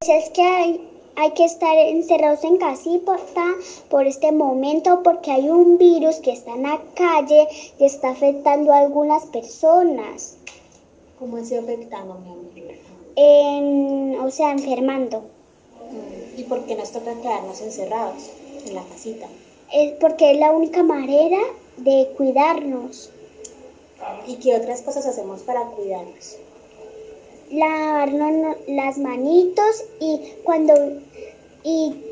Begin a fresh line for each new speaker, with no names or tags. Pues es que hay, hay que estar encerrados en casita por este momento porque hay un virus que está en la calle y está afectando a algunas personas,
¿Cómo han sido afectando, mi amor?
en- o sea, enfermando.
Mm, ¿Y por qué nos toca quedarnos encerrados en la casita?
Es porque es la única manera de cuidarnos.
¿Y qué otras cosas hacemos para cuidarnos?
Lavarnos no- las manitos y cuando y